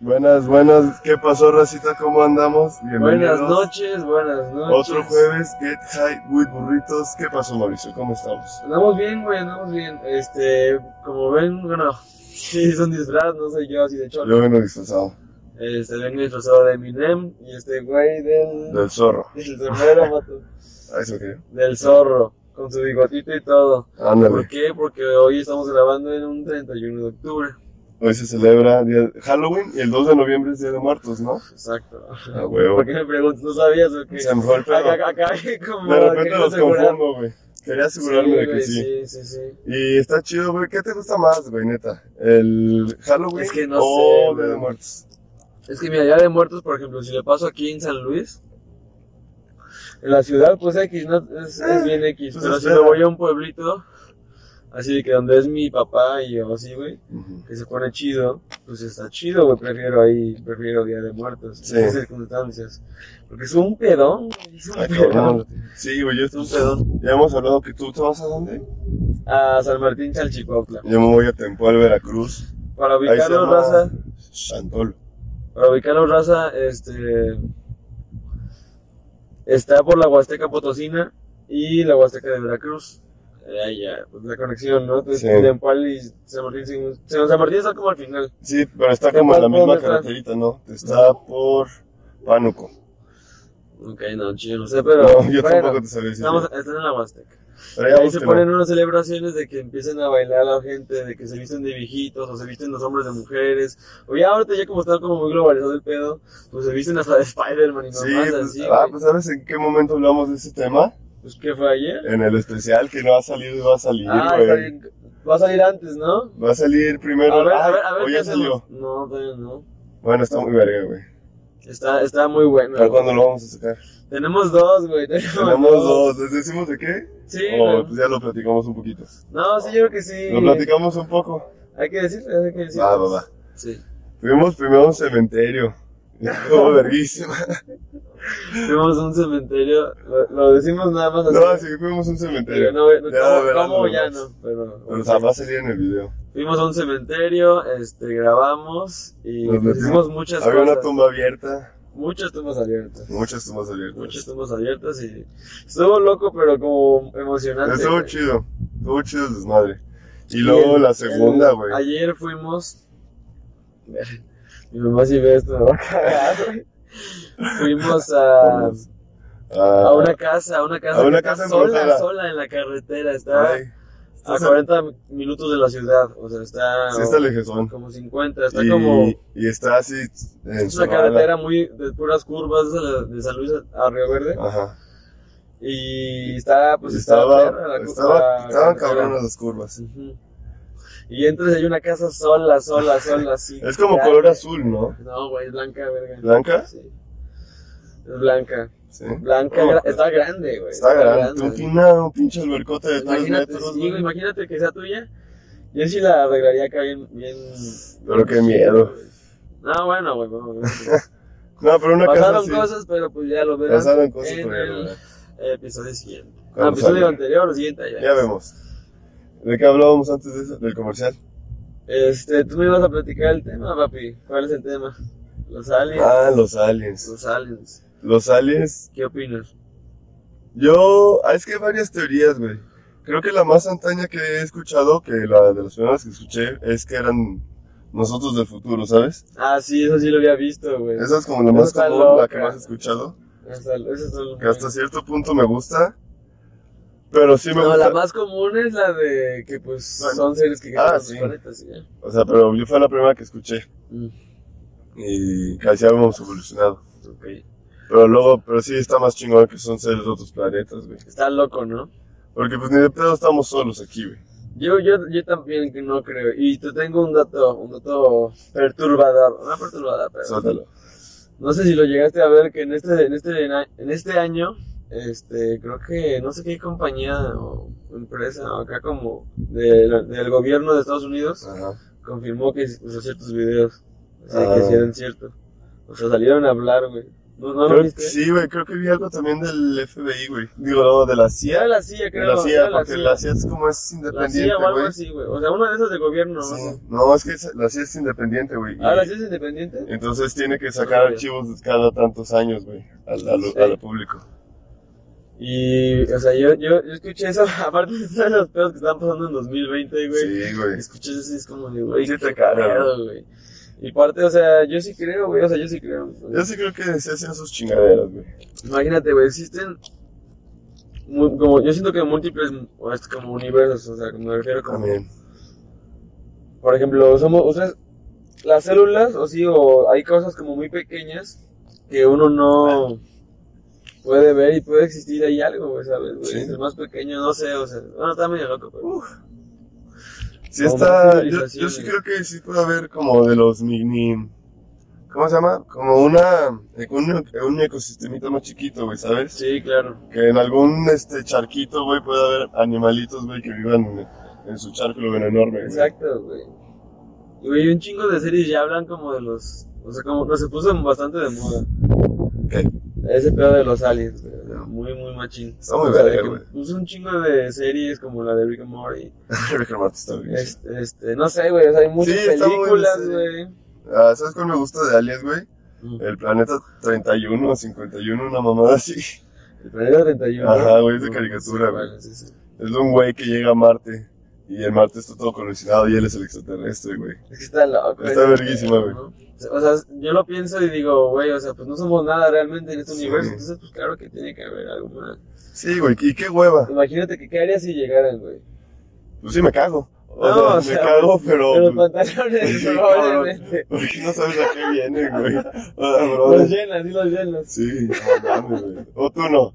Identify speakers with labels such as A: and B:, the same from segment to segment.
A: Buenas, buenas. ¿Qué pasó, racita? ¿Cómo andamos?
B: Buenas noches, buenas noches.
A: Otro jueves, Get High with Burritos. ¿Qué pasó, Mauricio? ¿Cómo estamos?
B: Andamos bien, güey, andamos bien. Este, como ven, bueno, sí, son disfraz, no soy yo así de
A: Yo
B: cholo.
A: vengo disfrazado
B: Este, vengo disfrazado de Eminem y este güey del.
A: del zorro.
B: del sombrero, vato.
A: Ah, ¿Eso qué?
B: Del zorro, con su bigotito y todo. ¿Por
A: Ándale.
B: qué? Porque hoy estamos grabando en un 31 de octubre.
A: Hoy se celebra día Halloween y el 2 de noviembre es Día de Muertos, ¿no?
B: Exacto.
A: Ah, huevo.
B: ¿Por qué me preguntas? ¿No sabías o qué?
A: Se me fue el pedo.
B: Acá, acá, acá, como.
A: De repente
B: queriendo
A: los
B: asegurar.
A: confundo, güey. Quería asegurarme de que
B: güey,
A: sí.
B: Sí, sí, sí.
A: Y está chido, güey. ¿Qué te gusta más, güey, neta? ¿El Halloween
B: Es que no
A: o
B: sé,
A: Día de
B: güey.
A: Muertos?
B: Es que mira, Día de Muertos, por ejemplo, si le paso aquí en San Luis, en la ciudad, pues X, ¿no? Es, es bien X.
A: Pues
B: pero si
A: espera.
B: me voy a un pueblito, así de que donde es mi papá y yo así, güey,
A: Ujú.
B: que se pone chido, pues está chido, güey. Prefiero ahí, prefiero Día de Muertos,
A: Sí.
B: en esas circunstancias. Porque es un pedón, güey, es un
A: Ay,
B: pedón.
A: cabrón. Sí, güey, yo
B: Es un pedón.
A: Ya hemos hablado que tú te vas a dónde?
B: A San Martín Chalchicuautla.
A: Yo me voy a Tempual, Veracruz.
B: Para
A: Ahí se
B: ubicarlo,
A: llama
B: raza.
A: Chantol.
B: Para ubicarlo, raza, este. Está por la Huasteca Potosina y la Huasteca de Veracruz. Eh, Ahí ya, pues la conexión, ¿no? Entonces,
A: Sí.
B: Tempal y San Martín. sin- San San Martín está como al final.
A: Sí, pero está como en la
B: Tempual,
A: misma
B: ¿dónde está?
A: carreterita, ¿no? Está por Pánuco.
B: Ok, no, chido, no sé, pero.
A: No, yo
B: bueno,
A: tampoco te sabía decir.
B: estamos, están en la Huasteca.
A: Pero ya
B: Ahí se
A: búsquelo.
B: ponen unas celebraciones de que empiecen a bailar la gente, de que se visten de viejitos, o se visten los hombres de mujeres. O ya ahorita, ya como está como muy globalizado el pedo, pues se visten hasta de Spider-Man y
A: Sí,
B: mamás
A: pues,
B: así.
A: ah,
B: güey.
A: pues ¿sabes en qué momento hablamos de ese tema?
B: Pues, ¿qué fue ayer?
A: En el especial que no va a salir, va a salir,
B: Ah,
A: güey.
B: está bien. Va a salir antes, ¿no?
A: Va a salir primero.
B: A ver, a
A: Ay,
B: ver, a ver.
A: hoy
B: qué
A: ya
B: hacemos.
A: salió.
B: No, todavía no.
A: Bueno, está muy verga, güey.
B: Está, está muy bueno.
A: ¿Para cuándo lo vamos a sacar?
B: Tenemos dos, güey. Tenemos,
A: Tenemos dos. ¿Les decimos de qué?
B: Sí,
A: o
B: güey.
A: pues ya lo platicamos un poquito.
B: No, sí, yo creo que sí.
A: Lo platicamos un poco.
B: Hay que decirlo, hay que decirlo.
A: Va, va, va.
B: Sí.
A: Fuimos primero a un cementerio. Estuvo verguísima.
B: Fuimos a un cementerio. Lo, lo decimos nada más así.
A: No, así que fuimos a un cementerio.
B: Digo, no, no,
A: Ya
B: ¿cómo-
A: verás
B: cómo
A: lo
B: ya
A: demás.
B: no, pero,
A: Pero o sea, va a salir en el video.
B: fuimos a un cementerio, este, grabamos y
A: Nos
B: pues,
A: metimos.
B: hicimos muchas
A: Había
B: cosas,
A: una tumba abierta,
B: muchas tumbas abiertas.
A: muchas tumbas abiertas.
B: muchas tumbas abiertas y estuvo loco, pero como emocionante.
A: Estuvo
B: güey.
A: chido, estuvo chido el desmadre. Y,
B: Y
A: luego
B: el-
A: la segunda,
B: el-
A: güey.
B: Ayer fuimos. Mi mamá si ve esto me va a cagar, güey. Fuimos a,
A: Ah,
B: a una casa, a una casa,
A: A
B: que
A: una
B: está
A: casa
B: sola,
A: embrujada.
B: sola en la carretera. Está
A: ay,
B: a
A: está-
B: 40 minutos de la ciudad. O sea, está,
A: Sí está lejezón.
B: como 50, está
A: Y,
B: como.
A: y está así
B: Es una carretera muy de puras curvas de, la- de San Luis a Río Verde.
A: Ajá.
B: Y está, pues está perra
A: estaba,
B: la-
A: estaba,
B: la
A: estaban
B: carretera.
A: cabronas las curvas.
B: Ujú. Y entras y hay una casa sola, sola, sola, así.
A: Es como
B: grande.
A: color azul, ¿no?
B: No, güey, es blanca, verga.
A: ¿Blanca?
B: Sí. Es blanca.
A: Sí.
B: Blanca,
A: Oh,
B: gra- está grande, güey.
A: Está grande. Un pina, un pinche albercote de 3
B: Imagínate,
A: metros.
B: sí,
A: güey.
B: güey, imagínate que sea tuya. Yo sí la arreglaría acá bien. bien
A: Pero qué miedo.
B: No, bueno, güey. no, güey.
A: No, pero una casa
B: Pasaron
A: así.
B: cosas, pero pues ya lo verán.
A: Pasaron cosas,
B: en
A: pero ya lo
B: el-
A: verán.
B: episodio siguiente. No,
A: Cuando
B: episodio
A: salga.
B: anterior o siguiente ya.
A: Ya vemos. ¿De qué hablábamos antes de eso? Del comercial.
B: Este, tú me ibas a platicar el tema, papi. ¿Cuál es el tema? Los aliens.
A: Ah, los aliens.
B: Los aliens.
A: Los aliens.
B: ¿Qué opinas?
A: Yo. ah, es que hay varias teorías, güey. Creo que la más antaña que he escuchado, que la de las primeras que escuché, es que eran nosotros del futuro, ¿sabes?
B: Ah, sí, eso sí lo había visto, güey.
A: Esa es como la
B: Eso
A: más
B: está
A: común, la
B: loca.
A: que más he escuchado.
B: Hasta, eso es lo
A: Que hasta cierto punto me gusta. Pero sí me
B: No,
A: gusta.
B: la más común es la de que, pues,
A: Bueno.
B: son seres que
A: Ah,
B: crean los
A: sí.
B: planetas y ya.
A: O sea, pero yo fue la primera que escuché.
B: Mm,
A: Y casi habíamos evolucionado.
B: ok.
A: Pero luego, pero sí está más chingón que son seres de otros planetas, güey.
B: Está loco, ¿no?
A: Porque pues ni de pedo estamos solos aquí, güey.
B: Yo, yo, yo también que no creo. Y te tengo un dato, un dato perturbador. No perturbador, pero.
A: Suéltalo.
B: No sé si lo llegaste a ver que en este, en este, en este año, este, creo que no sé qué compañía o empresa o acá como de la- del gobierno de Estados Unidos
A: Ajá.
B: confirmó que hizo ciertos videos, así
A: Ah.
B: que sí eran cierto. O sea, salieron a hablar, güey. ¿No, no lo
A: Creo-
B: viste?
A: sí, güey, creo que vi algo también del FBI, güey. Digo, no, de la CIA.
B: Era de la CIA,
A: de
B: creo.
A: la CIA,
B: era de
A: porque la CIA es como es
B: La
A: independiente,
B: CIA o algo
A: güey.
B: así, güey. O sea, una de esas de gobierno.
A: Sí.
B: ¿no?
A: No, es que es- la CIA es independiente, güey.
B: Ah, la
A: Y-
B: CIA es independiente.
A: Entonces tiene que sacar
B: Ah, ya.
A: archivos cada tantos años, güey, al, al-
B: Sí.
A: al público.
B: Y, o sea, yo, yo, yo escuché eso, aparte de todos los pedos que están pasando en 2020, güey.
A: Sí, güey.
B: Escuchas eso y es como de, güey,
A: Sí te
B: qué
A: caga,
B: pedo, güey. Y parte, o sea, yo sí creo, güey, o sea, yo sí creo.
A: Yo sí creo que se hacen sus chingaderas, güey.
B: Imagínate, güey, existen. mu- como, yo siento que múltiples o es como universos, o sea, como me refiero como.
A: También.
B: Por ejemplo, somos. ustedes- las células, o sí, o hay cosas como muy pequeñas que uno no puede ver y puede existir ahí algo, güey, ¿sabes? güey?
A: Sí.
B: Es más pequeño, no sé, o sea. Bueno, está medio loco, pero.
A: Sí
B: Como
A: está,
B: más
A: yo, yo sí
B: civilizaciones.
A: creo que sí puede haber como de los mini, ¿cómo se llama? Como una, un, un ecosistemita más chiquito, güey, ¿sabes?
B: Sí, claro.
A: Que en algún este charquito, güey, puede haber animalitos, güey, que vivan en, en su charco, lo ven enorme. güey.
B: Exacto, güey. Y güey, un chingo de series ya hablan como de los. O sea, como que se puso bastante de moda.
A: ¿Qué?
B: Ese pedo de los aliens, güey. o sea, Muy, muy machín.
A: Está muy
B: O sea,
A: verga,
B: de que
A: güey.
B: Puso un chingo de series como la de Rick and Morty.
A: Rick and Morty está bien.
B: Este, este, no sé, güey. O sea, hay muchas
A: Sí, Eh. está muy
B: películas,
A: buena
B: güey.
A: Ah, ¿Sabes cuál me gusta de Aliens, güey?
B: El
A: El planeta 31 o 51, una mamada así.
B: planeta 31.
A: Ajá, güey, es de
B: No,
A: caricatura, güey.
B: sí, vale, sí, sí.
A: Es de un güey que llega a Marte y el Marte está todo colisionado y él es el extraterrestre, güey.
B: Es que está loco.
A: Está
B: ese
A: verguísima,
B: pedo, ¿no? O sea, yo lo pienso y digo, güey, o sea, pues no somos nada realmente en este
A: Sí.
B: universo. Entonces, pues claro que tiene que haber algo más.
A: Sí, güey, y qué hueva.
B: Imagínate que qué harías si llegaran, güey.
A: Pues sí, me cago. O
B: No,
A: sea,
B: o
A: me
B: sea,
A: cago, pero.
B: Pero los pantalones,
A: Sí,
B: probablemente.
A: Porque no sabes a qué viene, güey. O sea,
B: Los
A: bro.
B: llenas, sí los llenas.
A: Sí, no mames, güey. O tú no.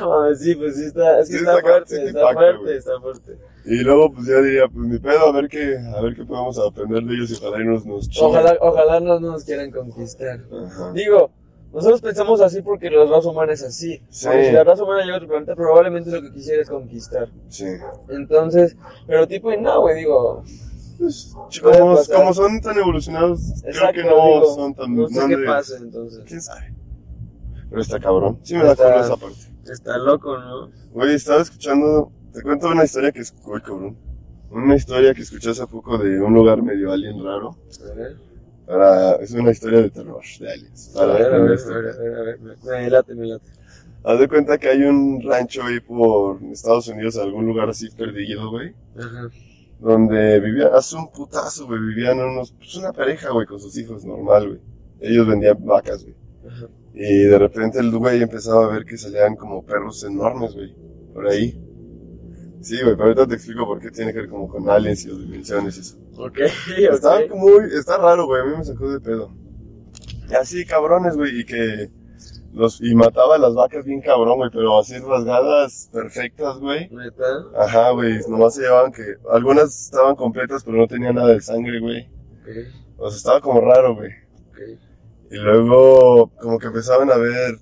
B: No, mames, sí, pues sí está, es que
A: Sí,
B: está,
A: está ca-
B: fuerte,
A: sí te
B: está
A: impacta,
B: fuerte,
A: güey.
B: está fuerte.
A: Y luego, pues ya diría, pues ni pedo, a ver qué, a ver qué podemos aprender de ellos y ojalá y nos, nos chinguen.
B: Ojalá, ojalá no nos quieran conquistar.
A: Ajá.
B: Digo, nosotros pensamos así porque la raza humana es así.
A: Sí.
B: Porque Si la raza humana llega a otro planeta, probablemente lo que quisiera es conquistar.
A: Sí.
B: Entonces, pero tipo, y no, güey, digo,
A: Pues,
B: Puede
A: como,
B: pasar.
A: como son tan evolucionados, creo
B: exacto,
A: que no
B: digo,
A: son tan.
B: no sé
A: han
B: qué
A: de-
B: pasa entonces.
A: ¿Quién sabe? Pero está cabrón. Sí me da
B: Está-
A: culo esa parte.
B: Está loco, ¿no?
A: Güey, estaba escuchando... Te cuento una historia que escuché, cabrón. Una historia que escuché hace poco de un lugar medio alien raro.
B: A ver.
A: Para, es una historia de terror, de aliens.
B: A
A: Para
B: ver, a
A: para
B: ver,
A: esto.
B: a ver, a ver, a ver, me- me late, me late.
A: Haz de cuenta que hay un rancho ahí por Estados Unidos, algún lugar así perdido, güey.
B: Ajá.
A: Donde vivían, hace un putazo, güey. Vivían unos, pues una pareja, güey, con sus hijos, normal, güey. Ellos vendían vacas, güey.
B: Ajá.
A: Y de repente el güey empezaba a ver que salían como perros enormes, güey, por ahí. Sí, güey, pero ahorita te explico por qué tiene que ver como con aliens y las dimensiones y eso.
B: Ok,
A: Está
B: ok.
A: como muy, está raro, güey, a mí me sacó de pedo. Y así, cabrones, güey, y que los, y mataba a las vacas bien cabrón, güey, pero así rasgadas perfectas, güey.
B: Neta.
A: Ajá, güey, nomás se llevaban que, algunas estaban completas, pero no tenían nada de sangre, güey.
B: Ok,
A: O sea, estaba como raro, güey.
B: ok.
A: Y luego, como que empezaban a ver,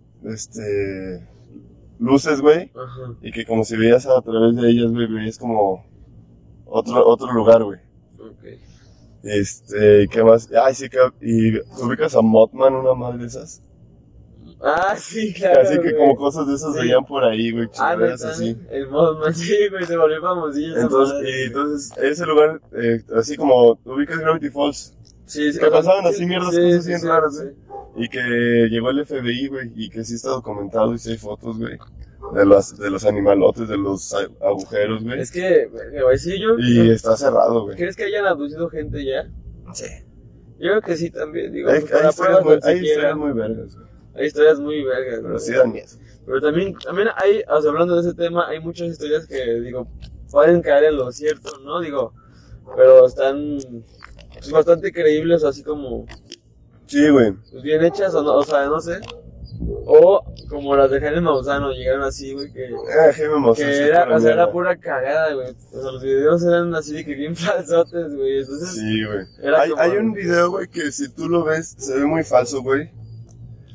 A: este, luces, güey.
B: Ajá.
A: Y que como si veías a través de ellas, güey, veías como otro, otro lugar, güey.
B: Ok.
A: Este, ¿qué más? Ay, sí, que, y ubicas a Mothman, una madre de esas.
B: Ah, sí, claro.
A: así que
B: güey.
A: como cosas de esas
B: Sí.
A: veían por ahí, güey,
B: Ah,
A: chingaderas
B: neta.
A: así.
B: El Mothman, sí, güey, se volvió famosillo. esa
A: Entonces,
B: madre,
A: y
B: güey.
A: entonces, ese lugar, eh, así como ubicas Gravity Falls,
B: Sí, sí.
A: que
B: o sea,
A: pasaban
B: sí,
A: así mierdas,
B: sí,
A: cosas
B: sí,
A: bien
B: sí,
A: raras,
B: sí.
A: ¿eh? y que llegó el FBI, güey, y que sí está documentado y sí hay fotos, güey, de los, de los animalotes, de los a- agujeros, güey.
B: Es que, verga, güey, sí, yo.
A: Y está cerrado, güey.
B: ¿Crees que hayan abducido gente ya?
A: Sí.
B: Yo creo que sí también, digo,
A: Hay,
B: pues,
A: hay
B: para
A: historias
B: pruebas
A: muy,
B: tan
A: hay
B: siquiera.
A: historias muy vergas, güey.
B: Hay historias muy vergas,
A: Pero
B: güey.
A: sí dan miedo.
B: Pero también, también hay, o sea, hablando de ese tema, hay muchas historias que, digo, pueden caer en lo cierto, ¿no? Digo, pero están pues, bastante creíbles, así como
A: Sí, güey.
B: pues, bien hechas, o, no, o sea, no sé. O como las de Jaime Mausano, llegaron así, güey, que,
A: Ah, Jaime Maussan, sí,
B: que era,
A: pura
B: o sea, era
A: mierda.
B: pura cagada, güey. O sea, los videos eran así de que bien falsotes, güey. Entonces,
A: Sí, güey.
B: era
A: Hay,
B: como-
A: hay un video, güey, que si tú lo ves, se ve muy falso, güey.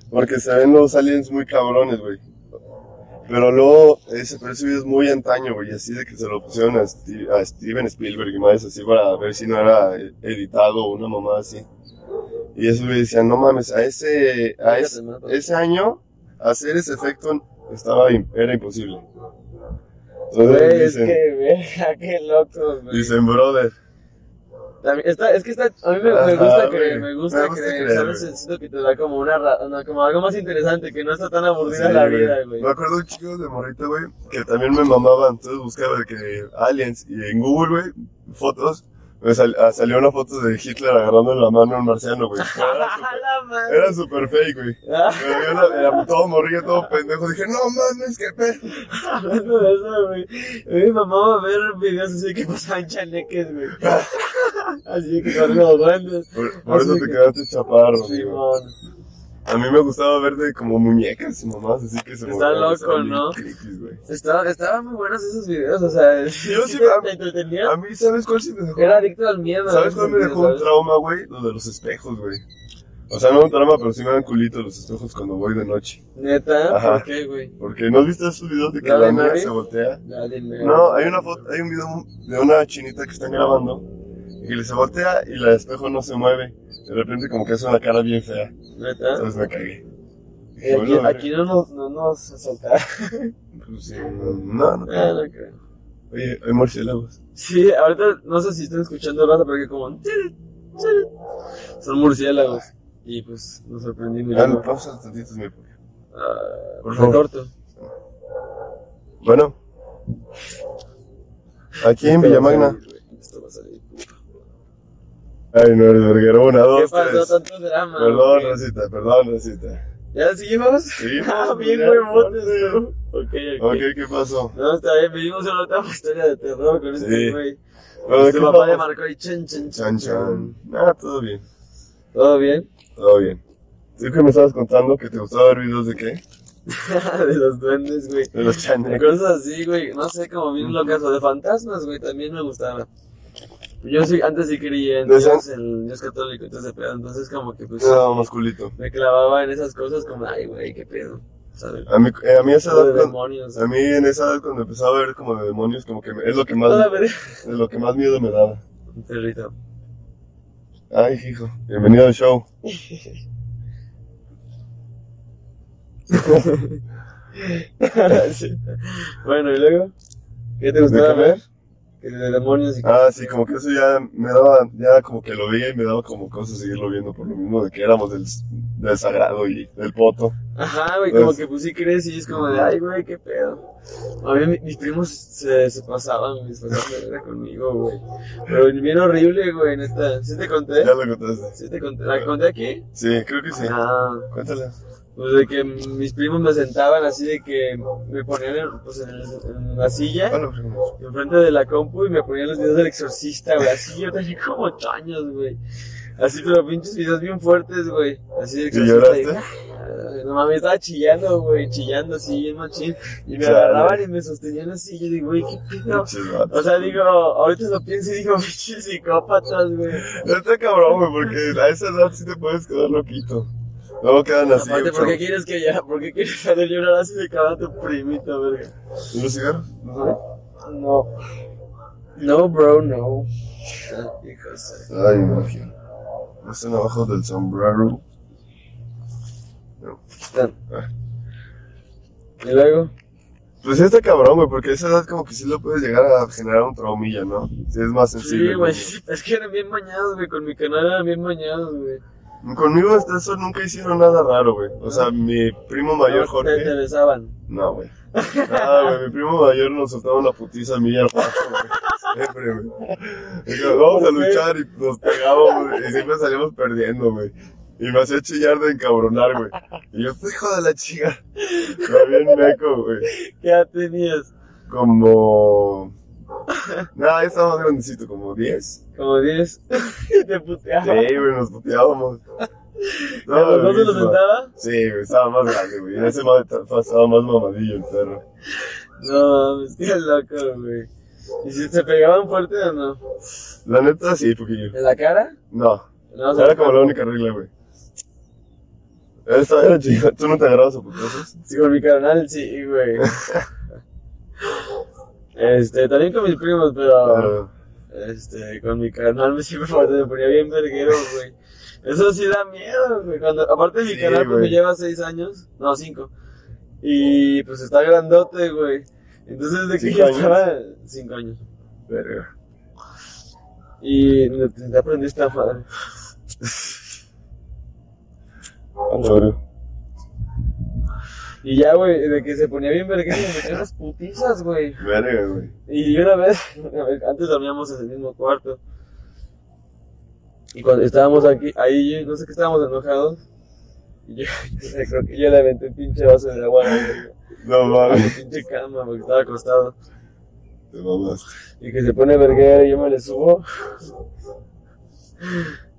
A: Porque se ven los aliens muy cabrones, güey. Pero luego, ese, pero ese video es muy antaño, güey. Así de que se lo pusieron a, Sti- e, a Steven Spielberg y más así para ver si no era editado o una mamá así. Y eso güey decían, no mames, a ese, a
B: Ya te
A: ese,
B: mato.
A: ese año hacer ese efecto estaba, im- era imposible. Entonces
B: Güey, es
A: dicen,
B: que, verga, qué locos, güey.
A: dicen, brother,
B: También- está- es que está, a mí me, me
A: Ajá,
B: gusta
A: güey.
B: creer, me gusta
A: Me gusta
B: creer,
A: creer,
B: ¿sabes?
A: güey.
B: Siento que te da como, una, ra- una- como algo más interesante, que no está tan aburrida
A: Sí,
B: la
A: güey.
B: vida, güey.
A: Me acuerdo un chico de morrito, güey, que también me mamaban. Entonces buscaba de que aliens y en Google, güey, fotos. Me sal- ah, salió una foto de Hitler agarrando la mano a un marciano, güey. Era
B: ¡A
A: súper-
B: la madre!
A: Era súper fake, güey.
B: Ah,
A: Pero yo la- era todo morrillo, todo pendejo. Dije, no mames, qué pedo.
B: Ah, Hablando de eso, güey. A mí Mi mamá va a ver videos así que pasaban chaneques, güey. así que con los duendes.
A: Por, por eso
B: Así
A: te
B: que-
A: quedaste chaparro, güey.
B: Simón.
A: A mí me gustaba ver de como muñecas y mamás, así que se
B: Está
A: movían,
B: loco,
A: estaban bien
B: ¿no?
A: creepies, güey.
B: Estaba, estaban muy buenos esos videos, o sea,
A: Yo sí
B: te,
A: me-
B: te entretenía.
A: A mí, ¿sabes cuál sí me dejó?
B: Era adicto al miedo. en
A: ¿Sabes
B: ese
A: cuál me dejó
B: sentido,
A: un trauma, güey? Lo de los espejos, güey. O sea, no un trauma, pero sí me dan culito los espejos cuando voy de noche.
B: Neta,
A: Ajá.
B: ¿por qué, güey?
A: Porque ¿no has visto esos videos de que
B: ¿La
A: la
B: de Eh,
A: niña
B: Navi?
A: se voltea?
B: Ya, dime.
A: No, hay una foto, hay un video de una chinita que están grabando y que se voltea y la de espejo no se mueve. De repente como que hace una cara bien fea.
B: Neta.
A: Entonces me cagué.
B: Y
A: Dije,
B: Eh, aquí,
A: "Bueno,
B: aquí no nos, no nos asaltaron.
A: pues, sí, no, no,
B: Ah,
A: no.
B: no creo.
A: Oye, hay murciélagos.
B: Sí, ahorita no sé si están escuchando rato, pero que como. "Tiri, tiri". Son murciélagos. Y pues nos sorprendimos.
A: Ah, no, pausa tantitos, mi pollo.
B: Ah,
A: Por favor.
B: recorto.
A: Bueno. Aquí en
B: Esto va a
A: Villamagna.
B: salir, güey, Esto va a salir.
A: Ay, no, el verguero, una,
B: ¿Qué
A: dos,
B: pasó?
A: tres.
B: Tanto drama.
A: Perdón,
B: güey.
A: Rosita, perdón, Rosita.
B: ¿Ya seguimos?
A: Sí,
B: Ah, bien
A: ya,
B: huevones,
A: ya.
B: güey. Ok, ok.
A: Ok, ¿qué pasó?
B: No, está bien, vivimos una otra historia de terror con
A: Sí.
B: este güey.
A: Bueno,
B: Su
A: ¿qué
B: Este papá le
A: pasó?
B: marcó y chan, chan,
A: Chan, chan. Ah, todo bien,
B: ¿Todo bien?
A: todo bien. ¿Tú que me estabas contando que te gustaba ver videos de qué?
B: de los duendes, güey.
A: De los
B: De
A: chanecos.
B: cosas así, güey. No sé, como bien
A: Ujú.
B: locas. O de fantasmas, güey. También me gustaba. Yo sí, antes sí creía en
A: ¿De Ah. esa-
B: Dios, el Dios católico, entonces pedo. Entonces, como que pues
A: Te daba más culito.
B: me clavaba en esas cosas, como, ay, güey, qué pedo. ¿Sabes?
A: A mí, eh, a mí a esa
B: Eso de
A: edad, cuando-
B: demonios.
A: a mí en esa edad cuando empezaba a ver como de demonios, como que me- es lo que más,
B: Hola, verga.
A: es lo que más miedo me daba.
B: Un perrito.
A: Ay, hijo, bienvenido al show.
B: Sí. Bueno, y luego, ¿qué te
A: ¿De
B: gustaba
A: qué
B: ver? Que de demonios y
A: Ah, sí, como que eso ya me daba, ya como que lo veía y me daba como cosas seguirlo viendo por lo mismo de que éramos del, del sagrado y del poto.
B: Ajá, güey,
A: Pues-
B: como que pues sí crees y es como de, ay, güey, qué pedo. A mí mi- mis primos se, se pasaban, mis pasaban de verga conmigo, güey. Pero bien horrible, güey, neta. ¿Sí te conté?
A: Ya lo contaste.
B: ¿Sí te conté? ¿La conté aquí?
A: Sí, creo que sí.
B: Ah,
A: Cuéntale.
B: pues de que mis primos me sentaban así de que me ponían en- pues, en, en la silla,
A: Hola, primo.
B: enfrente de la compu y me ponían los videos del exorcista, güey. Así yo tenía como ocho años, güey. Así, pero pinches videos bien fuertes, güey. Así de
A: ¿Y
B: exorcista.
A: lloraste?
B: Ay, No mames, estaba chillando, güey, chillando así, bien machín. Y me
A: Chale.
B: agarraban y me sostenían así. Yo digo, güey, qué pedo.
A: Pinches vatos.
B: O sea, digo, ahorita lo pienso y digo, pinches psicópatas, güey.
A: No está cabrón, güey, porque a esa edad sí te puedes quedar loquito. Luego quedan así.
B: Aparte, ¿por qué
A: güey.
B: quieres que ya? ¿Por qué quieres hacer llorar así de cara a tu primito, verga?
A: ¿Y los cigarros?
B: No. No, bro, no. Ah, hijo de su-
A: Ay, magia. No están abajo del sombrero. Ah.
B: Y luego,
A: Pues sí está cabrón, güey, porque a esa edad como que sí lo puedes llegar a generar un traumilla, ¿no? Sí, es más sensible.
B: sí, güey,
A: güey.
B: es que eran bien bañados, güey, con mi canal eran bien bañados, güey.
A: Conmigo hasta eso nunca hicieron nada raro, güey. O sea, mi primo mayor,
B: Te, te
A: Jorge.
B: besaban.
A: No, güey. Nada, güey. Mi primo mayor nos soltaba una putiza a mí y al Paco, güey. Siempre, güey. Dijo, vamos a
B: ¿Por qué?
A: luchar y nos pegábamos, güey. Y siempre salíamos perdiendo, güey. Y me hacía chillar de encabronar, güey. Y yo, hijo de la chica. Pero bien meco, güey.
B: ¿Qué edad tenías?
A: Como. Nada, ya estaba más grandecito, como 10.
B: Como 10. te
A: Sí,
B: puteaba.
A: güey, nos puteábamos.
B: ¿A los dos se lo
A: güey,
B: sentaba?
A: Sí, güey, estaba más grande, güey. En ese momento estaba más mamadillo el perro.
B: No, mames, qué loco, güey. ¿Y si se pegaban fuerte o no?
A: La neta, sí, poquillo.
B: ¿En la cara?
A: No,
B: No, o sea,
A: era como la única regla, güey. Esa era chica. ¿Tú no te agarrabas a putazos?
B: Sí, con mi canal sí, güey. Este, también con mis primos, pero.
A: Pero,
B: Este, con mi canal me siempre me ponía bien verguero, güey. Eso sí da miedo, güey. Cuando, aparte mi
A: Sí,
B: canal pues,
A: güey.
B: me lleva seis años, no, cinco. Y pues está grandote, güey. Entonces de que
A: ¿Cinco
B: yo
A: años?
B: estaba cinco años.
A: Verga.
B: Y me te aprendí esta madre. Y ya, güey, de que se ponía bien verga y me metía unas putizas, güey.
A: Verga, güey.
B: Y una vez, antes dormíamos en el mismo cuarto. Y cuando estábamos aquí, ahí yo no sé qué estábamos enojados. Y yo, yo creo que yo le aventé un pinche vaso de agua a
A: No
B: mi
A: mames.
B: pinche cama porque estaba acostado.
A: Te mamaste.
B: Y que se pone verguero y yo me le subo.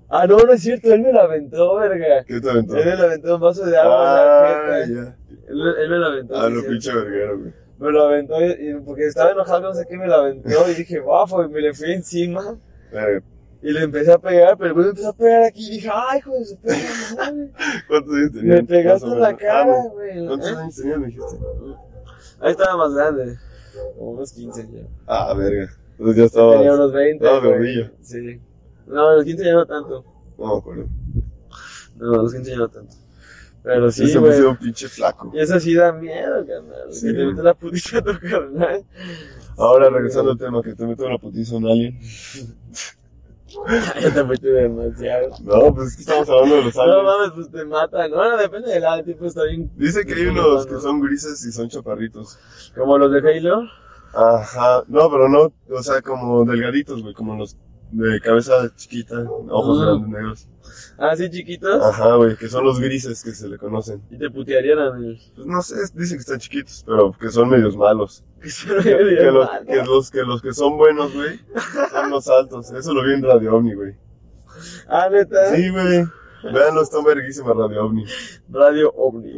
B: Ah, no, no es cierto, él me la aventó, verga.
A: ¿Qué te aventó?
B: Él me la aventó un vaso de agua en la
A: Ah,
B: jeta.
A: ya.
B: Él, él me la aventó.
A: Ah,
B: sí,
A: lo
B: cierto.
A: pinche verguero, güey.
B: Me lo aventó y, y porque estaba enojado, no sé qué, me lo aventó y dije, guapo, y me le fui encima.
A: Verga.
B: Y le empecé a pegar, pero el güey me empezó a pegar aquí y dije, ay, hijo de su puta madre".
A: ¿Cuántos años tenías?
B: Me pegaste
A: Más o
B: en la
A: menos. Ah,
B: cara,
A: no.
B: güey.
A: ¿Cuántos
B: ¿Eh?
A: años tenías, me dijiste?
B: Ahí estaba más grande, como unos 15 ya.
A: Ah, verga.
B: Pues
A: Entonces ya
B: Tenía
A: estaba.
B: unos 20.
A: estabas
B: güey.
A: gordillo.
B: Sí. No, a los 15 ya no tanto.
A: No me acuerdo.
B: No, a los 15 ya no tanto. Pero
A: Sí,
B: sí,
A: se me
B: güey.
A: hizo un pinche flaco.
B: Y eso sí da miedo, carnal.
A: Sí.
B: Que te metes la putita a tu carnal.
A: Ahora regresando al tema que te meto una putiza a un alien.
B: Ya te fuiste demasiado.
A: No, pues es que estamos hablando de los
B: No
A: aliens.
B: mames, pues te matan. Bueno, depende del lado, tipo está bien.
A: Dice que hay unos que son grises y son chaparritos.
B: Como los de Halo.
A: Ajá. No, pero no, o sea, como delgaditos, güey, como los de cabeza chiquita, ojos
B: Ah.
A: grandes negros.
B: Ah, sí, chiquitos.
A: Ajá, güey, que son los grises que se le conocen.
B: Y te putearían a mí.
A: Pues no sé, dicen que están chiquitos, pero que son medios malos.
B: Que se lo
A: Que,
B: diría
A: los,
B: mal,
A: que,
B: ¿no?
A: los, que los que son buenos, güey, son los altos. Eso lo vi en Radio OVNI, güey.
B: Ah, neta.
A: Sí, güey. Veanlo, está verguísima Radio OVNI.
B: Radio OVNI.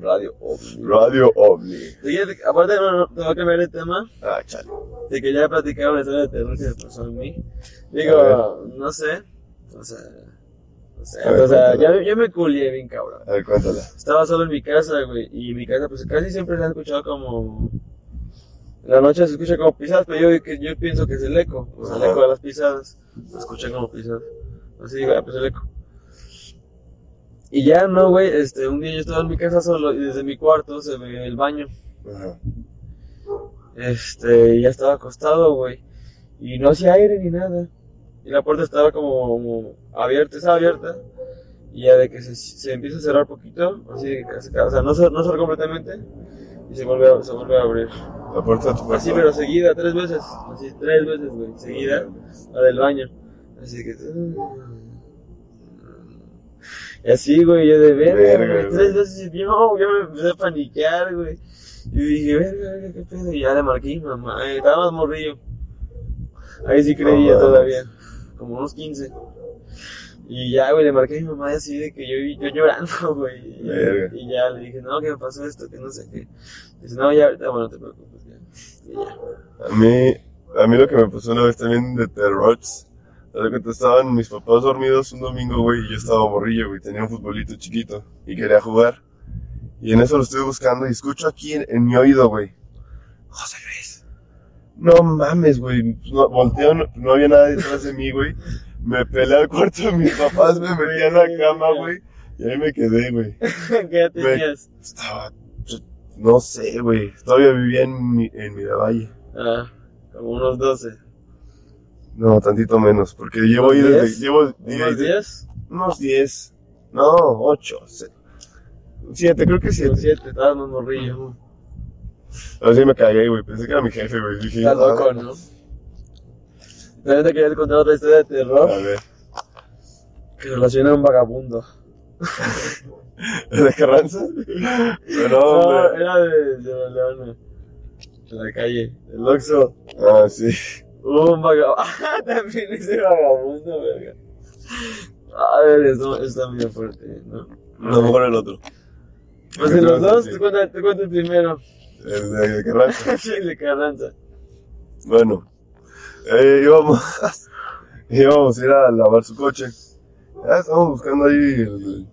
B: Radio OVNI.
A: Radio OVNI.
B: Fíjate que- aparte, no, no, te voy a cambiar el tema.
A: Ah, chale.
B: De que ya he platicado una historia de terror que me pasó en mí.
A: A
B: Digo, no sé. O sea. O
A: A
B: sea,
A: ver,
B: o sea
A: cuéntala.
B: ya, yo me culié bien, cabrón.
A: A ver, cuéntala.
B: Estaba solo en mi casa, güey. Y mi casa, pues casi siempre se ha escuchado como. En la noche se escucha como pisadas, pero yo, que- yo pienso que es el eco. O sea, el
A: Ajá.
B: eco de las pisadas. Lo escuché como pisadas. Así digo, ah, pues el eco. Y ya no, güey. Este, un día yo estaba en mi casa solo y desde mi cuarto se ve el baño.
A: Ajá.
B: Este, y ya estaba acostado, güey. Y no hacía aire ni nada. Y la puerta estaba como abierta, estaba abierta. Y ya de que se, se empieza a cerrar poquito, así de que se- o sea, no cer- no cerró completamente. Y se vuelve, a, se vuelve a abrir.
A: La puerta de tu
B: Así, pero seguida, tres veces. Así, tres veces, güey. Seguida, la del baño. Así que. "Ah". Y así, güey, yo de verga,
A: Verga,
B: güey.
A: güey.
B: Tres veces, y no, yo me empecé a paniquear, güey. Y dije, verga, verga, qué pedo. Y ya le marqué, mamá. eh, Estaba más morrillo. Ahí sí creía
A: No mames.
B: todavía. Como unos 15. Y ya, güey, le marqué a mi mamá y así de que yo, yo llorando, güey. Y,
A: Verga.
B: y ya le dije, no, que me pasó esto, que no sé qué. Dice, no, ya ahorita, bueno, no te preocupes. Ya. Y ya.
A: A mí, a mí lo que me pasó una vez también de terror. Haz de que estaban mis papás dormidos un domingo, güey, y yo estaba borrillo, güey. Tenía un futbolito chiquito y quería jugar. Y en eso lo estoy buscando y escucho aquí en, en mi oído, güey. José Luis. No mames, güey. No, volteo, no, no había nada detrás de mí, güey. Me pelé al cuarto de mis papás, me metí en la cama, güey. Y ahí me quedé, güey.
B: ¿Qué edad
A: Güey.
B: tenías?
A: Estaba, no sé, güey. Todavía vivía en, mi, en Miravalle.
B: Ah, como unos 12.
A: No, tantito menos, porque llevo ahí
B: ¿Unos
A: desde...
B: diez?
A: Llevo
B: ¿Unos
A: desde-
B: 10?
A: unos 10. No, 8. 7, creo que 7.
B: 7, estabas más morrillo.
A: Así me cagué, güey. Pensé que era mi jefe, güey. Dije, "Ah,
B: Estás
A: "No,
B: loco, ¿no? También te quería contar otra historia de
A: A
B: terror
A: ver,
B: que relaciona a un vagabundo.
A: ¿de Carranza? Pero,
B: No, eh.
A: hombre.
B: Ah, era de, de la Leona. De la calle, del Oxxo.
A: Ah, sí.
B: Hubo un vagabundo. Ah, también ese vagabundo, verga. A ver, esto está muy fuerte, ¿no?
A: No, mejor el otro.
B: Pues
A: Yo
B: de
A: creo
B: los
A: que
B: dos,
A: sí.
B: te cuento, te cuento el primero.
A: El de Carranza.
B: Sí, el de Carranza.
A: Bueno, eh, íbamos, íbamos a ir a lavar su coche. Ya estamos buscando ahí el,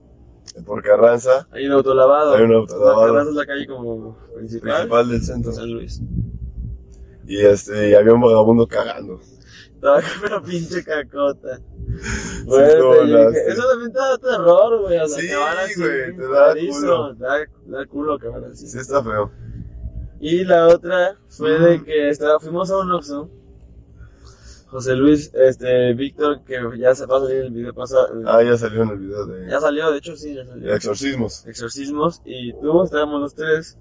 A: el por Carranza,
B: Hay un autolavado.
A: Hay un autolavado.
B: La Carranza es la calle como principal.
A: principal del centro.
B: San Luis.
A: Y, este, y había un vagabundo cagando.
B: Tabaco, pero pinche cacota.
A: Sí,
B: Güey,
A: estuvo
B: te dije,
A: nasty.
B: eso también te da terror, güey. O sea,
A: Sí,
B: te van así,
A: güey, te da
B: parizo,
A: culo.
B: Te da, te da culo que van así.
A: Sí, está feo.
B: Y la otra fue
A: Mm.
B: de que estaba, fuimos a un Oxxo. José Luis, este, Víctor, que ya se va a salir el video pasado.
A: Ah, ya salió en el video de
B: Ya salió, de hecho sí, ya salió.
A: exorcismos.
B: Exorcismos y tú, estábamos los tres.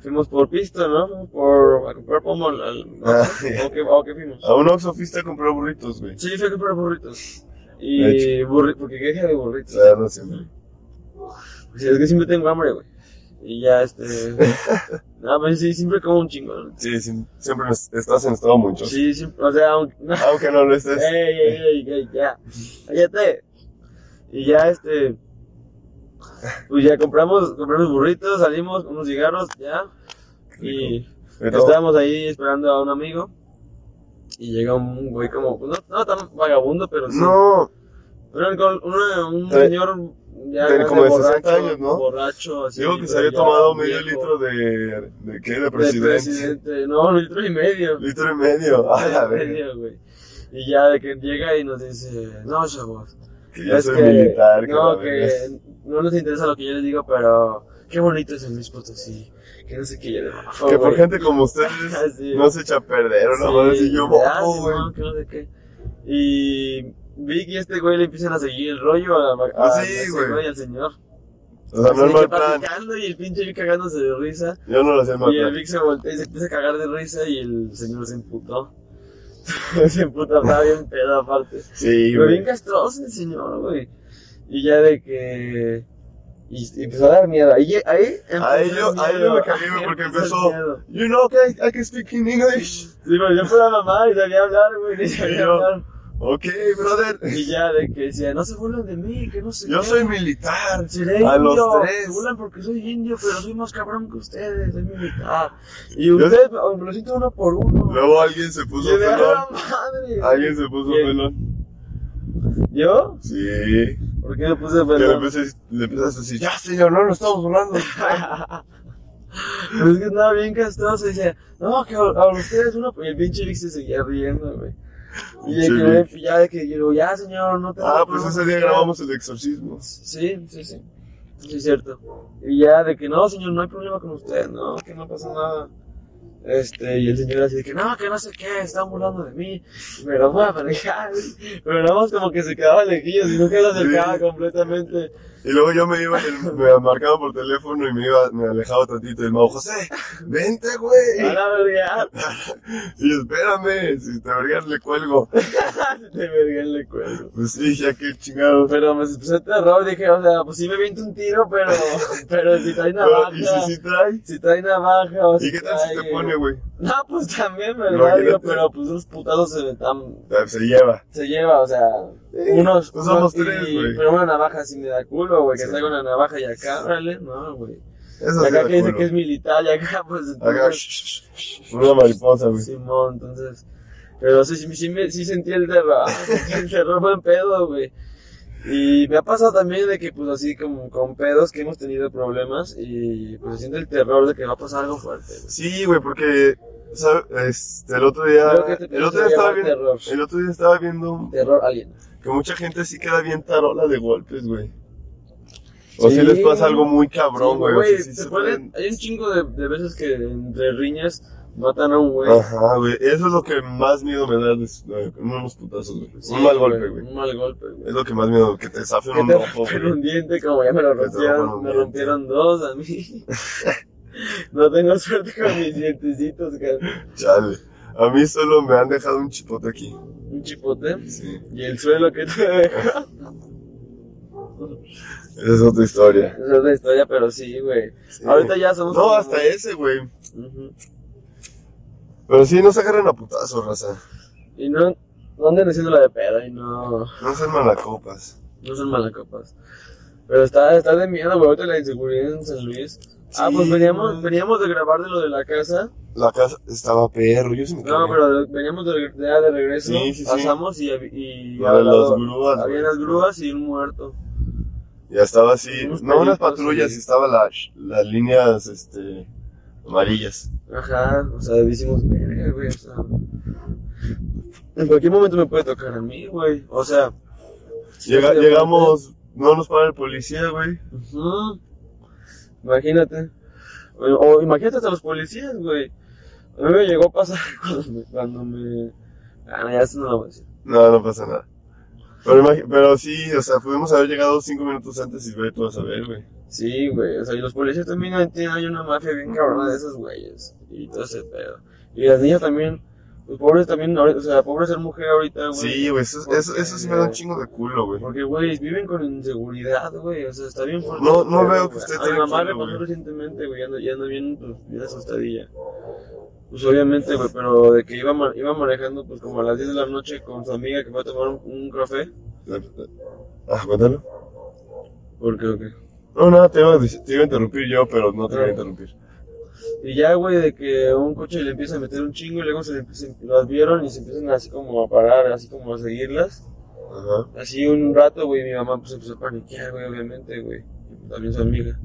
B: Fuimos por pisto, ¿no? Fuimos por, a comprar pomo al... al-
A: Ah,
B: ¿O qué, o qué fuimos?
A: A un Oxxo fuiste a comprar burritos, güey.
B: Sí, fui a comprar burritos.
A: De Ah,
B: Y burri- porque queja de burritos.
A: Claro, siempre.
B: Pues es que siempre tengo hambre, güey. Y ya, este. no, pues sí, siempre como un chingo. ¿no?
A: Sí, sim- siempre es- estás en estado mucho.
B: Sí, Eh, siempre. O sea, aunque. No,
A: Aunque no lo estés.
B: ey, ey, ey, ey, ya. Cállate. Y ya, este. Pues ya compramos, compramos burritos, salimos, unos cigarros, ya. Y
A: Pero-
B: estábamos ahí esperando a un amigo. Y llega un güey como. No, no tan vagabundo, pero sí.
A: No,
B: Un, alcohol- una- un
A: Tre-
B: señor ya
A: de-
B: grande,
A: como de 60
B: borracho,
A: años, ¿no?
B: Borracho, así.
A: digo que se
B: pero
A: había
B: ya
A: tomado
B: viejo,
A: medio litro de. ¿De qué? De
B: de
A: presidente.
B: presidente. No, un litro y medio.
A: Litro y medio. A la verga.
B: medio, güey. Y ya de que llega y nos dice, no, chavos.
A: Que yo
B: es
A: soy
B: que-
A: militar. que
B: No,
A: la verga.
B: que no nos interesa lo que yo les digo, pero qué bonito es el Luis Potosí. Que no sé qué yo le bajo,
A: Que por
B: güey.
A: gente como ustedes
B: Así.
A: no se echa a perder,
B: Sí,
A: ¿no? Van a decir yo,
B: ya,
A: "Oh, güey.
B: Simón, que no sé qué. Y Vic y este güey le empiezan a seguir el rollo a, la- a,
A: Ah, sí,
B: a ese
A: güey.
B: güey, al señor.
A: O sea, no es
B: Así que
A: mal plan.
B: platicando y el pinche Vic cagándose de risa.
A: Yo no lo hacía mal
B: Y el
A: plan.
B: Vic se voltea y se empieza a cagar de risa y el señor se emputó. se emputó, estaba bien pedo aparte.
A: Sí,
B: Pero bien
A: güey.
B: castroso el señor, güey. Y ya de que... Y, y empezó a dar miedo. Ahí, ahí empezó
A: Ahí
B: el
A: yo- ahí
B: miedo.
A: yo me cagué, güey,
B: Ahí
A: porque
B: el miedo.
A: You know que I, I can speak in English.
B: Sí, pero yo fuera mamá y sabía hablar, güey. Ni sabía
A: yo-
B: hablar.
A: Ok, brother.
B: Y ya de que decía, no se burlen de mí, que no sé
A: Yo
B: qué.
A: soy militar.
B: Seré
A: A
B: indio,
A: los tres.
B: se burlan porque soy indio, pero soy más cabrón que ustedes, soy militar. Y
A: Yo-
B: ustedes me- me lo siento uno por uno.
A: Luego alguien se puso
B: Y de
A: pelón.
B: la madre.
A: Alguien se puso
B: ¿Quién?
A: pelón.
B: ¿Yo?
A: Sí.
B: ¿Por qué me puse
A: Que le,
B: pelón?
A: empecé- le empezaste a decir, ya señor, no lo estamos hablando.
B: Pero es que andaba bien castroso y decía, no, que a, a ustedes uno, y el pinche Vic se seguía riendo, güey. Y de
A: Pinche
B: que, me- ya de que yo digo, ya señor, no te
A: ah, pues ese día grabamos el exorcismo.
B: Sí, sí, sí. Sí, es cierto. Y ya de que no, señor, no hay problema con usted, no, que no pasa nada. Este, y el señor así de que no, que no sé qué, están burlando de mí, me lo voy a manejar. Pero nada más como que se quedaba lejillos y nunca se acercaba
A: Sí.
B: completamente.
A: Y luego yo me iba, y el- me marcaban por teléfono y me iba, me alejaba tantito. Y el mago, José, vente, güey.
B: A la verga,
A: Y yo, espérame, si te vergas le cuelgo.
B: se te verga el cuello.
A: Pues sí, ya que chingados.
B: Pero me puse terror, dije, o sea, pues sí me viento un tiro, pero, pero si trae
A: Pero,
B: navaja,
A: ¿Y si sí trae?
B: si trae navaja o si
A: ¿Y qué tal si te
B: trae-
A: pone, güey?
B: No, pues también,
A: No,
B: ¿verdad?
A: yo
B: Digo,
A: no te-
B: pero pues unos putazos se, tan-
A: Ah, Se lleva.
B: se lleva, o sea,
A: Sí,
B: unos.
A: pues somos
B: unos- y-
A: tres, güey.
B: Pero una navaja sí me da culo, güey, que
A: Sí.
B: traigo una navaja y acá, órale, no, güey.
A: Eso
B: Y
A: sí
B: acá
A: da
B: que dice
A: culo.
B: que es militar y acá, pues.
A: Acá,
B: entonces,
A: shh, shh, shh, una mariposa, güey.
B: Simón, entonces. Pero sí, sí, sí, me- sí sentí el "Ah, terror, el terror fue en pedo, güey. Y me ha pasado también de que, pues así, como con pedos que hemos tenido problemas y pues se siente el terror de que va a pasar algo fuerte, güey.
A: Sí, güey, porque ¿sabes? Este, el otro día
B: Creo que este
A: el otro
B: episodio
A: día estaba
B: va
A: viendo
B: terror.
A: el otro día estaba viendo
B: Terror alien.
A: que mucha gente sí queda bien tarola de golpes, güey. O
B: Sí.
A: si les pasa algo muy
B: Sí,
A: cabrón, güey. o sea, sí
B: se
A: se
B: pueden- Hay un chingo de, de veces que entre riñas matan a un güey.
A: pueden- Ajá, güey. Eso es lo que más miedo me da, es, eh, unos putazos, güey.
B: Sí,
A: un mal golpe, güey.
B: Un mal golpe, güey.
A: Es lo que más miedo, que te zafen
B: Que
A: un
B: te
A: ojo,
B: rompen
A: güey.
B: un diente como ya me lo
A: Que te rompan
B: rompieron,
A: un
B: me
A: diente.
B: rompieron dos a mí. no tengo suerte con mis dientecitos, cara.
A: Chale. A mí solo me han dejado un chipote aquí.
B: Un chipote
A: Sí.
B: y el suelo que te deja.
A: Esa es otra historia.
B: Esa es otra historia, pero sí, güey.
A: Sí.
B: Ahorita ya somos.
A: No,
B: como-
A: hasta ese, güey.
B: Ujú.
A: Pero sí, no se agarren a putazos, raza.
B: Y no, no anden haciendo la de pedo y no.
A: No sean malacopas.
B: No son malacopas. Pero está, está de miedo, güey. Ahorita la inseguridad en San Luis. ah,
A: Sí,
B: pues veníamos,
A: güey.
B: veníamos de grabar de lo de la casa.
A: La casa estaba perro, yo sí me
B: No,
A: cagué.
B: pero de- veníamos de, de, ya de regreso.
A: Sí, sí, sí.
B: pasamos y, hab- y
A: La de
B: al lado
A: las grúas,
B: había
A: güey.
B: las grúas y un muerto.
A: Ya estaba así.
B: Unos
A: No, unas
B: perritos,
A: patrullas,
B: sí.
A: estaba la- las líneas, este... amarillas.
B: Ajá, o sea, decimos, "Verga, güey, o sea, en cualquier momento me puede tocar a mí, güey. O sea, este, si
A: Llega-
B: yo estoy de
A: llegamos, no nos para el policía, güey.
B: parte- Ujú. Imagínate. O, o imagínate hasta los policías, güey. A mí me llegó a pasar cuando me. Cuando me... Ah, no, ya eso no lo voy a decir.
A: No, no pasa nada. Pero, imagi- pero sí, o sea, pudimos haber llegado cinco minutos antes y ver, tú vas a ver, güey.
B: Sí, güey. O sea, y los policías también no entienden. Hay una mafia bien cabrona de esos güeyes. Y todo ese pedo. Y las niñas también. Los pobres también. ahorita- O sea, pobre ser mujer ahorita, Ah, güey.
A: Sí, güey, eso, eso, eso sí me da un chingo de culo, güey.
B: Porque, güey, viven con inseguridad, güey. O sea, está bien fuerte.
A: No- no
B: Pero,
A: veo que
B: güey,
A: esté
B: A mi mamá le
A: tranquilo,
B: pasó
A: güey.
B: recientemente, güey. Ya anda, ya anda bien, pues, bien asustadilla. Pues obviamente, güey, pero de que iba, ma- iba manejando, pues como a las 10 de la noche con su amiga que fue a tomar un, un café.
A: Ah, cuéntalo.
B: Porque, ok.
A: No, no, te iba, a dic- te iba a interrumpir yo, pero no te voy a
B: Ah.
A: interrumpir.
B: Y ya, güey, de que un coche le empieza a meter un chingo y luego se, le- se- las vieron y se empiezan así como a parar, así como a seguirlas.
A: Ajá.
B: Así un rato, güey, mi mamá pues empezó a paniquear, güey, obviamente, güey. También su amiga.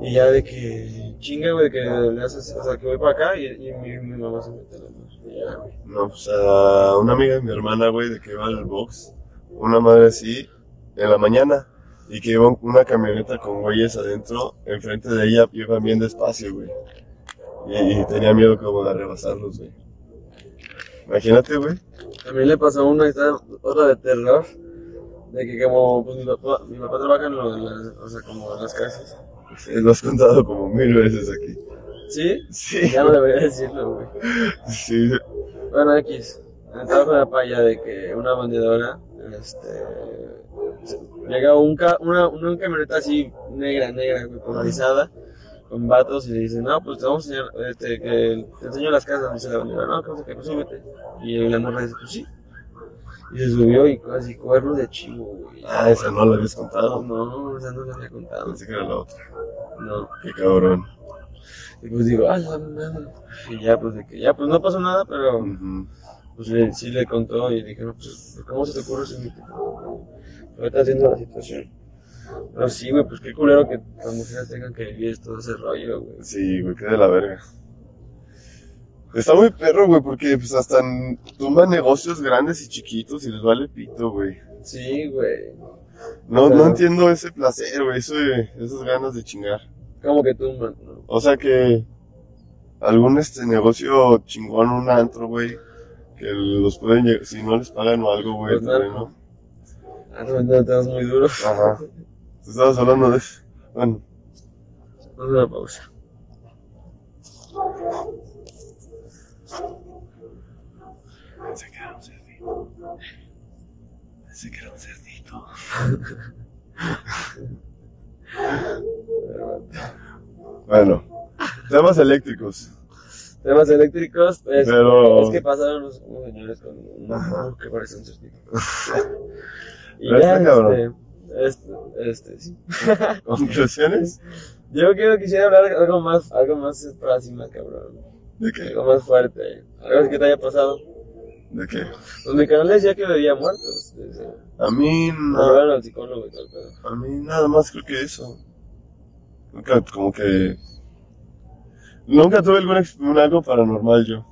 B: Y ya de que chinga, güey, de que le haces, o sea, que voy para acá y, y mi, mi mamá se mete a la mar. Y ya, güey.
A: No, pues a una amiga de mi hermana, güey, de que va al box, una madre así, en la mañana, y que iba una camioneta con güeyes adentro, enfrente de ella, iban bien despacio, güey. Y, y tenía miedo como de rebasarlos, güey. Imagínate, güey.
B: También le pasó una, esta- otra de terror, de que como, pues mi papá, mi papá trabaja en lo de las, o sea, como en las casas.
A: Sí, Lo has contado como mil veces aquí.
B: ¿Sí?
A: Sí,
B: Ya no debería decirlo, güey.
A: sí.
B: Bueno, X. Estaba con la paya de que una vendedora, este. se- Llega un ca- una, una camioneta así, negra, negra, güey, polarizada, con vatos, y le dice: No, pues te vamos a enseñar, este, que te enseño las casas. Dice la vendedora: No, que no sé qué, pues súbete. Y la morra dice: Pues sí. Y se subió y casi cuerno de chivo, güey.
A: Ah, esa no la habías
B: No,
A: contado.
B: no, esa no la había contado.
A: Pensé que era la otra.
B: No.
A: Qué cabrón.
B: Y pues digo: Ah, la madre. Y ya, pues de que, ya, pues no pasó nada, pero.
A: Ujú.
B: pues le- sí le contó y le dije, no, pues, ¿cómo se te ocurre ese tipo? ¿Qué está haciendo la situación? Pero sí, güey, pues qué culero que las mujeres tengan que vivir todo ese rollo, güey.
A: Sí, güey, qué de la verga. Está muy perro, güey, porque pues hasta n- tumban negocios grandes y chiquitos y les vale pito, güey.
B: Sí, güey.
A: No,
B: Claro.
A: no entiendo ese placer, güey, eso de- esas ganas de chingar.
B: Como que tumban, ¿no?
A: O sea que algún este negocio chingón, un antro, güey, que los pueden, lle- si no les pagan o algo, güey,
B: Los
A: también,
B: narcos.
A: ¿no?
B: Ah, no, no, estamos muy duros.
A: Ajá. Tú estabas hablando de eso. Bueno,
B: Vamos a una pausa.
A: pensé que era un cerdito. Pensé que era un cerdito. Bueno, temas eléctricos.
B: Temas eléctricos, es,
A: Pero-
B: es que pasaron unos, unos señores con un
A: Ajá.
B: que parece un certificado. y
A: Pero
B: ya,
A: está cabrón.
B: este, este, este, sí.
A: ¿Conclusiones?
B: Yo quiero quisiera hablar algo más, algo más para así más cabrón.
A: ¿De qué?
B: Algo más fuerte. Algo que te haya pasado.
A: ¿De qué?
B: Pues mi canal decía que bebía muertos. Desde,
A: A mí,
B: Me
A: na-
B: llevaron al psicólogo y todo el pedo.
A: a mí nada más creo que eso. Nunca, como que... Nunca tuve algún ex- un algo paranormal yo.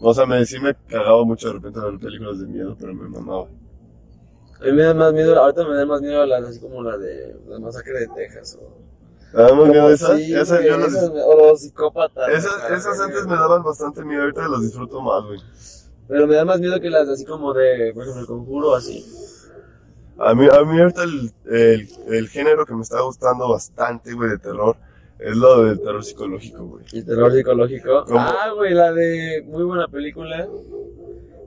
A: O sea, me, sí me cagaba mucho de repente ver películas de miedo, pero me mamaba.
B: A mí me da más miedo, ahorita me da más miedo las así como la de la masacre de Texas. O,
A: Nada más miedo esas,
B: Sí,
A: esas yo
B: güey,
A: las
B: esas me- o los psicópatas.
A: Esas,
B: acá,
A: esas
B: güey.
A: antes me daban bastante miedo, ahorita las disfruto más, güey.
B: Pero me da más miedo que las de así como de, por ejemplo, el conjuro así.
A: A mí, a mí ahorita el, el, el género que me está gustando bastante, güey, de terror, es lo del terror psicológico, güey.
B: Y terror psicológico.
A: ¿Cómo?
B: Ah, güey, la de muy buena película.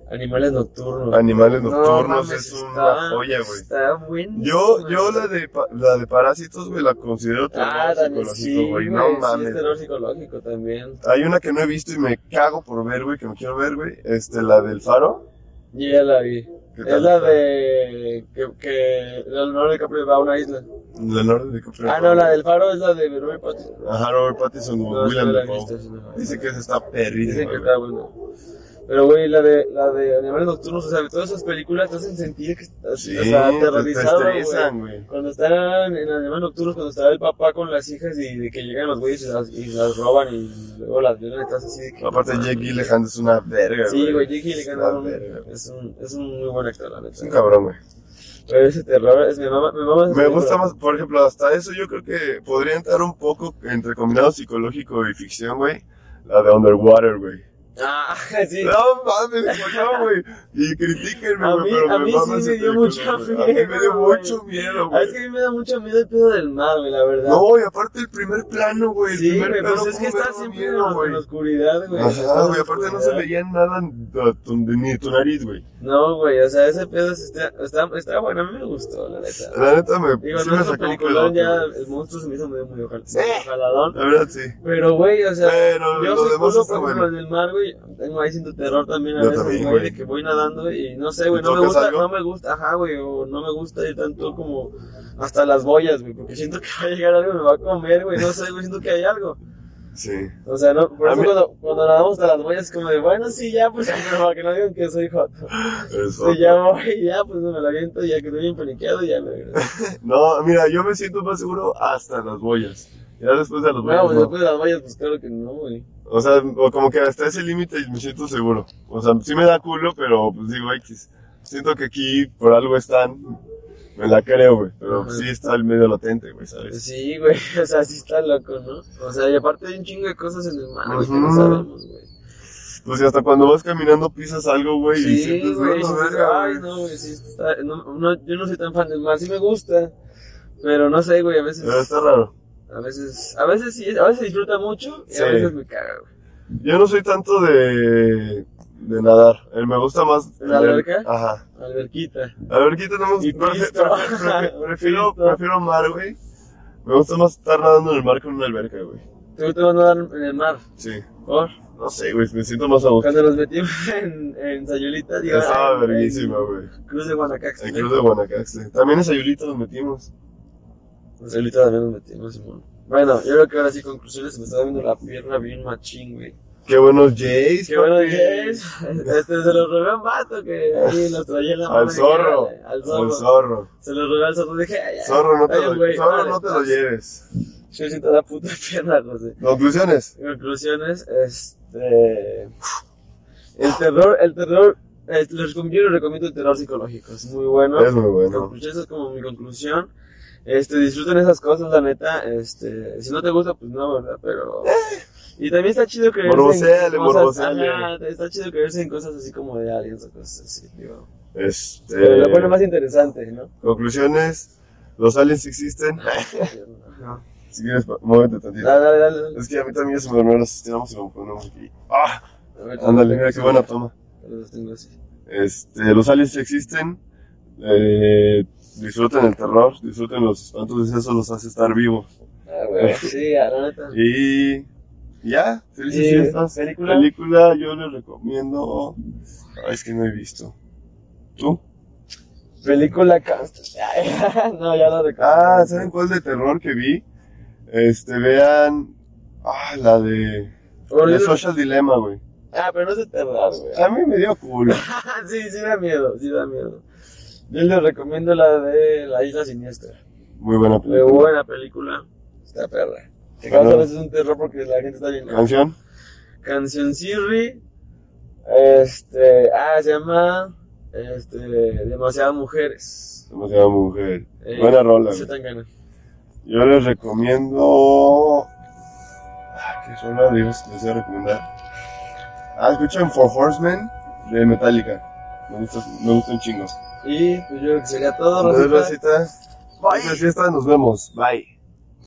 B: Animales nocturnos.
A: Animales
B: No,
A: nocturnos
B: mames,
A: es una
B: está-
A: joya, güey.
B: Está buenísima.
A: Yo, yo la de, pa- la de parásitos, güey, la considero terror
B: Ah, también
A: psicológico,
B: sí,
A: güey.
B: güey,
A: No
B: sí, es
A: mames.
B: terror psicológico también.
A: Hay una que no he visto y me cago por ver, güey, que me quiero ver, güey. Este, la del faro.
B: Yo ya la vi.
A: ¿Qué
B: Es
A: tal
B: la
A: está?
B: de que, que Leonardo DiCaprio va a una isla.
A: Leonardo DiCaprio.
B: ah, no, la del faro es la de Robert Pattinson.
A: Ajá, Robert Pattinson,
B: No, esa
A: William
B: no la he
A: Dafoe.
B: visto, esa no la he visto.
A: Dice que esa está
B: Dicen
A: perrísima,
B: que
A: güey.
B: está bueno. Pero, güey, la de, la de Animales Nocturnos, o sea, todas esas películas te hacen sentir que estás
A: Sí,
B: o sea,
A: te- te
B: aterrorizado,
A: estresan,
B: güey.
A: güey.
B: Cuando están en Animales Nocturnos, cuando estaba el papá con las hijas y de que llegan los güeyes y las, y las roban y luego las violan, estás así de que...
A: Aparte, Jake Gyllenhaal es una verga, güey.
B: Sí, güey, Jake
A: Es
B: Gyllenhaal
A: una
B: un-
A: verga, güey.
B: es un, es un muy buen actor, la neta.
A: Es un cabrón, güey.
B: Pero ese terror, es, me mama, me mama esa
A: Me gusta
B: película.
A: más, por ejemplo, hasta eso yo creo que podría entrar un poco entre combinado psicológico y ficción, güey. La de Underwater, güey.
B: Ah, sí.
A: No mames, güey, no, güey. Y
B: A
A: critíquenme, güey,
B: mí-
A: pero
B: a
A: me
B: mí
A: mama
B: sí
A: esa
B: me dio
A: película,
B: mucho
A: güey. A mí me dio
B: miedo, güey.
A: mucho miedo,
B: Ah, es
A: güey.
B: que a mí me da mucho miedo el pedo del mar, güey, la verdad.
A: No, y aparte el primer plano, güey. el
B: sí,
A: primer
B: güey, pues
A: plano,
B: es que
A: cómo me
B: está
A: daba
B: siempre
A: miedo,
B: en, la- en la oscuridad, güey. Estás
A: Ajá,
B: en
A: güey,
B: la
A: aparte no se
B: oscuridad.
A: veía nada a tu- ni de tu nariz, güey.
B: No, güey, o sea, ese pedo es- está, está, está bueno, a mí me gustó, la neta.
A: La neta me,
B: Digo,
A: sí
B: no
A: me
B: es un
A: sacó un
B: peliculón,
A: pedote,
B: ya
A: güey.
B: el monstruo se me hizo medio muy ojal-
A: Sí.
B: ojaladón.
A: La verdad, sí.
B: Pero, güey, o sea,
A: Pero
B: yo
A: lo
B: soy
A: demás
B: culo,
A: está
B: por ejemplo,
A: bueno.
B: en el mar, güey, tengo ahí siento terror también a
A: Yo
B: veces,
A: también,
B: güey,
A: güey.
B: de que voy nadando y no sé, güey,
A: ¿Y
B: no me
A: tocas
B: gusta,
A: algo?
B: no me gusta, ajá, güey, o no me gusta ir tanto como hasta las boyas, güey, porque siento que va a llegar algo y me va a comer, güey, no sé, güey, siento que hay algo.
A: Sí.
B: O sea, no, por
A: A
B: eso
A: mí-
B: cuando, cuando nadamos hasta las boyas, como de, bueno, sí, ya, pues, para que no digan que soy hot.
A: Eso.
B: Sí, ya voy, ya, pues, me la aviento, ya quedé bien paniqueado, ya me regreso.
A: No, mira, yo me siento más seguro hasta las boyas. Ya después de las boyas.
B: No, pues,
A: no.
B: después de las boyas, pues, claro que no, güey.
A: O sea, o como que hasta ese límite me siento seguro. O sea, sí me da culo, pero pues digo X. Siento que aquí por algo están. Me la creo, güey. Pero
B: Ajá.
A: sí está el medio latente, güey, ¿sabes?
B: Sí, güey, o sea, sí está loco, ¿no? O sea, y aparte hay un chingo de cosas en el mar, güey, que no
A: Ujú.
B: sabemos, güey.
A: O sea, hasta cuando vas caminando pisas algo, güey, y
B: Sí,
A: sientes
B: güey,
A: "No,
B: sí,
A: no,
B: sí,
A: verga,
B: ay,
A: güey".
B: no, güey, sí está, no, no, yo no soy tan fan del mar, sí me gusta, pero no sé, güey, a veces,
A: Pero está raro.
B: a veces, a veces sí, a veces disfruta mucho y
A: Sí.
B: a veces me caga, güey.
A: Yo no soy tanto de. de nadar. Eh, Me gusta más.
B: ¿La
A: tener-
B: alberca?
A: Ajá.
B: Alberquita.
A: A ver, quítanos.
B: Y
A: Prefiero,
B: pisto.
A: prefiero,
B: Pisto.
A: prefiero mar, güey. Me gusta más estar nadando en el mar que en una alberca, güey.
B: ¿Te gusta más nadar en el mar?
A: Sí.
B: Por.
A: No sé, güey, me siento más a gusto.
B: Cuando nos metimos en, en Sayulita, digo,
A: Estaba
B: ay,
A: verguísima,
B: en
A: güey.
B: Cruz de Guanacax.
A: El club de Guanacaste. También en Sayulita nos metimos.
B: En Sayulita también nos metimos, Simón. Bueno, yo creo que ahora sí, conclusiones, me está dando la pierna bien machín, güey.
A: Qué buenos Jays,
B: Qué bueno
A: papi.
B: que es. Este, se lo robé a un vato que ahí lo traía en la mano.
A: Al zorro.
B: Y, al zorro.
A: Al zorro.
B: Se lo robé al zorro. Dije, ay, ay,
A: Zorro, no te
B: ay,
A: lo,
B: güey,
A: zorro,
B: vale,
A: no te lo
B: vas.
A: lleves.
B: Yo siento la puta pierna, José.
A: Conclusiones.
B: Conclusiones, este... El terror, el terror... eh, Les recomiendo, recomiendo el terror psicológico. Es muy bueno.
A: Es muy bueno.
B: Conclusión, pues, Esa es como mi conclusión. Este, disfruten esas cosas, la neta. Este, si no te gusta, pues no, ¿verdad? Pero. Y también está chido creerse
A: Morboseale,
B: en cosas.
A: morboseale.
B: Ajá, está chido creerse en cosas así como de aliens o cosas así, digo.
A: Este,
B: Pero lo pone más interesante, ¿no?
A: Conclusiones. Los aliens existen.
B: Ajá.
A: Si quieres, pa- muévete tantito.
B: Dale, dale, dale. dale.
A: Es que a mí también se me durmió las estiramos y lo ponemos aquí. ¡Ah!
B: A
A: Ándale,
B: ver, tengo
A: mira
B: aquí.
A: qué buena toma.
B: Los tengo así.
A: Este, los aliens sí existen. Eh, disfruten el terror, disfruten los espantos, eso los hace estar vivos.
B: Ah, güey. Sí, a la neta.
A: Y ya, felices
B: Y,
A: fiestas.
B: ¿película?
A: Película, yo les recomiendo. Ay, es que no he visto. ¿Tú?
B: Película Cast. Ay, No, ya lo recuerdo.
A: Ah, ¿saben cuál de terror que vi? Este, vean. Ah, la de.
B: Bueno,
A: The
B: yo-
A: Social Dilemma, güey.
B: Ah, pero no es de terror, güey.
A: A mí me dio culo.
B: sí, sí da miedo, sí da miedo. Yo les recomiendo la de La Isla Siniestra.
A: Muy buena
B: Muy
A: película.
B: buena película. Está perra. Que causa a veces un terror porque la gente está bien. loca.
A: ¿Canción?
B: Canción Sirri. Este. Ah, se llama. Este. Demasiadas mujeres. Eh,
A: Demasiada mujer. Buena rola,
B: Se
A: güey.
B: tan gana.
A: Yo les recomiendo. Ah, ¿Qué rola les les voy a recomendar? Ah, escuchan Four Horsemen de Metallica. Me gusta, me gusta un chingo.
B: Y pues yo creo que sería todo,
A: Nos vemos,
B: Rosita.
A: Rosita. Felices fiestas, nos vemos. Bye.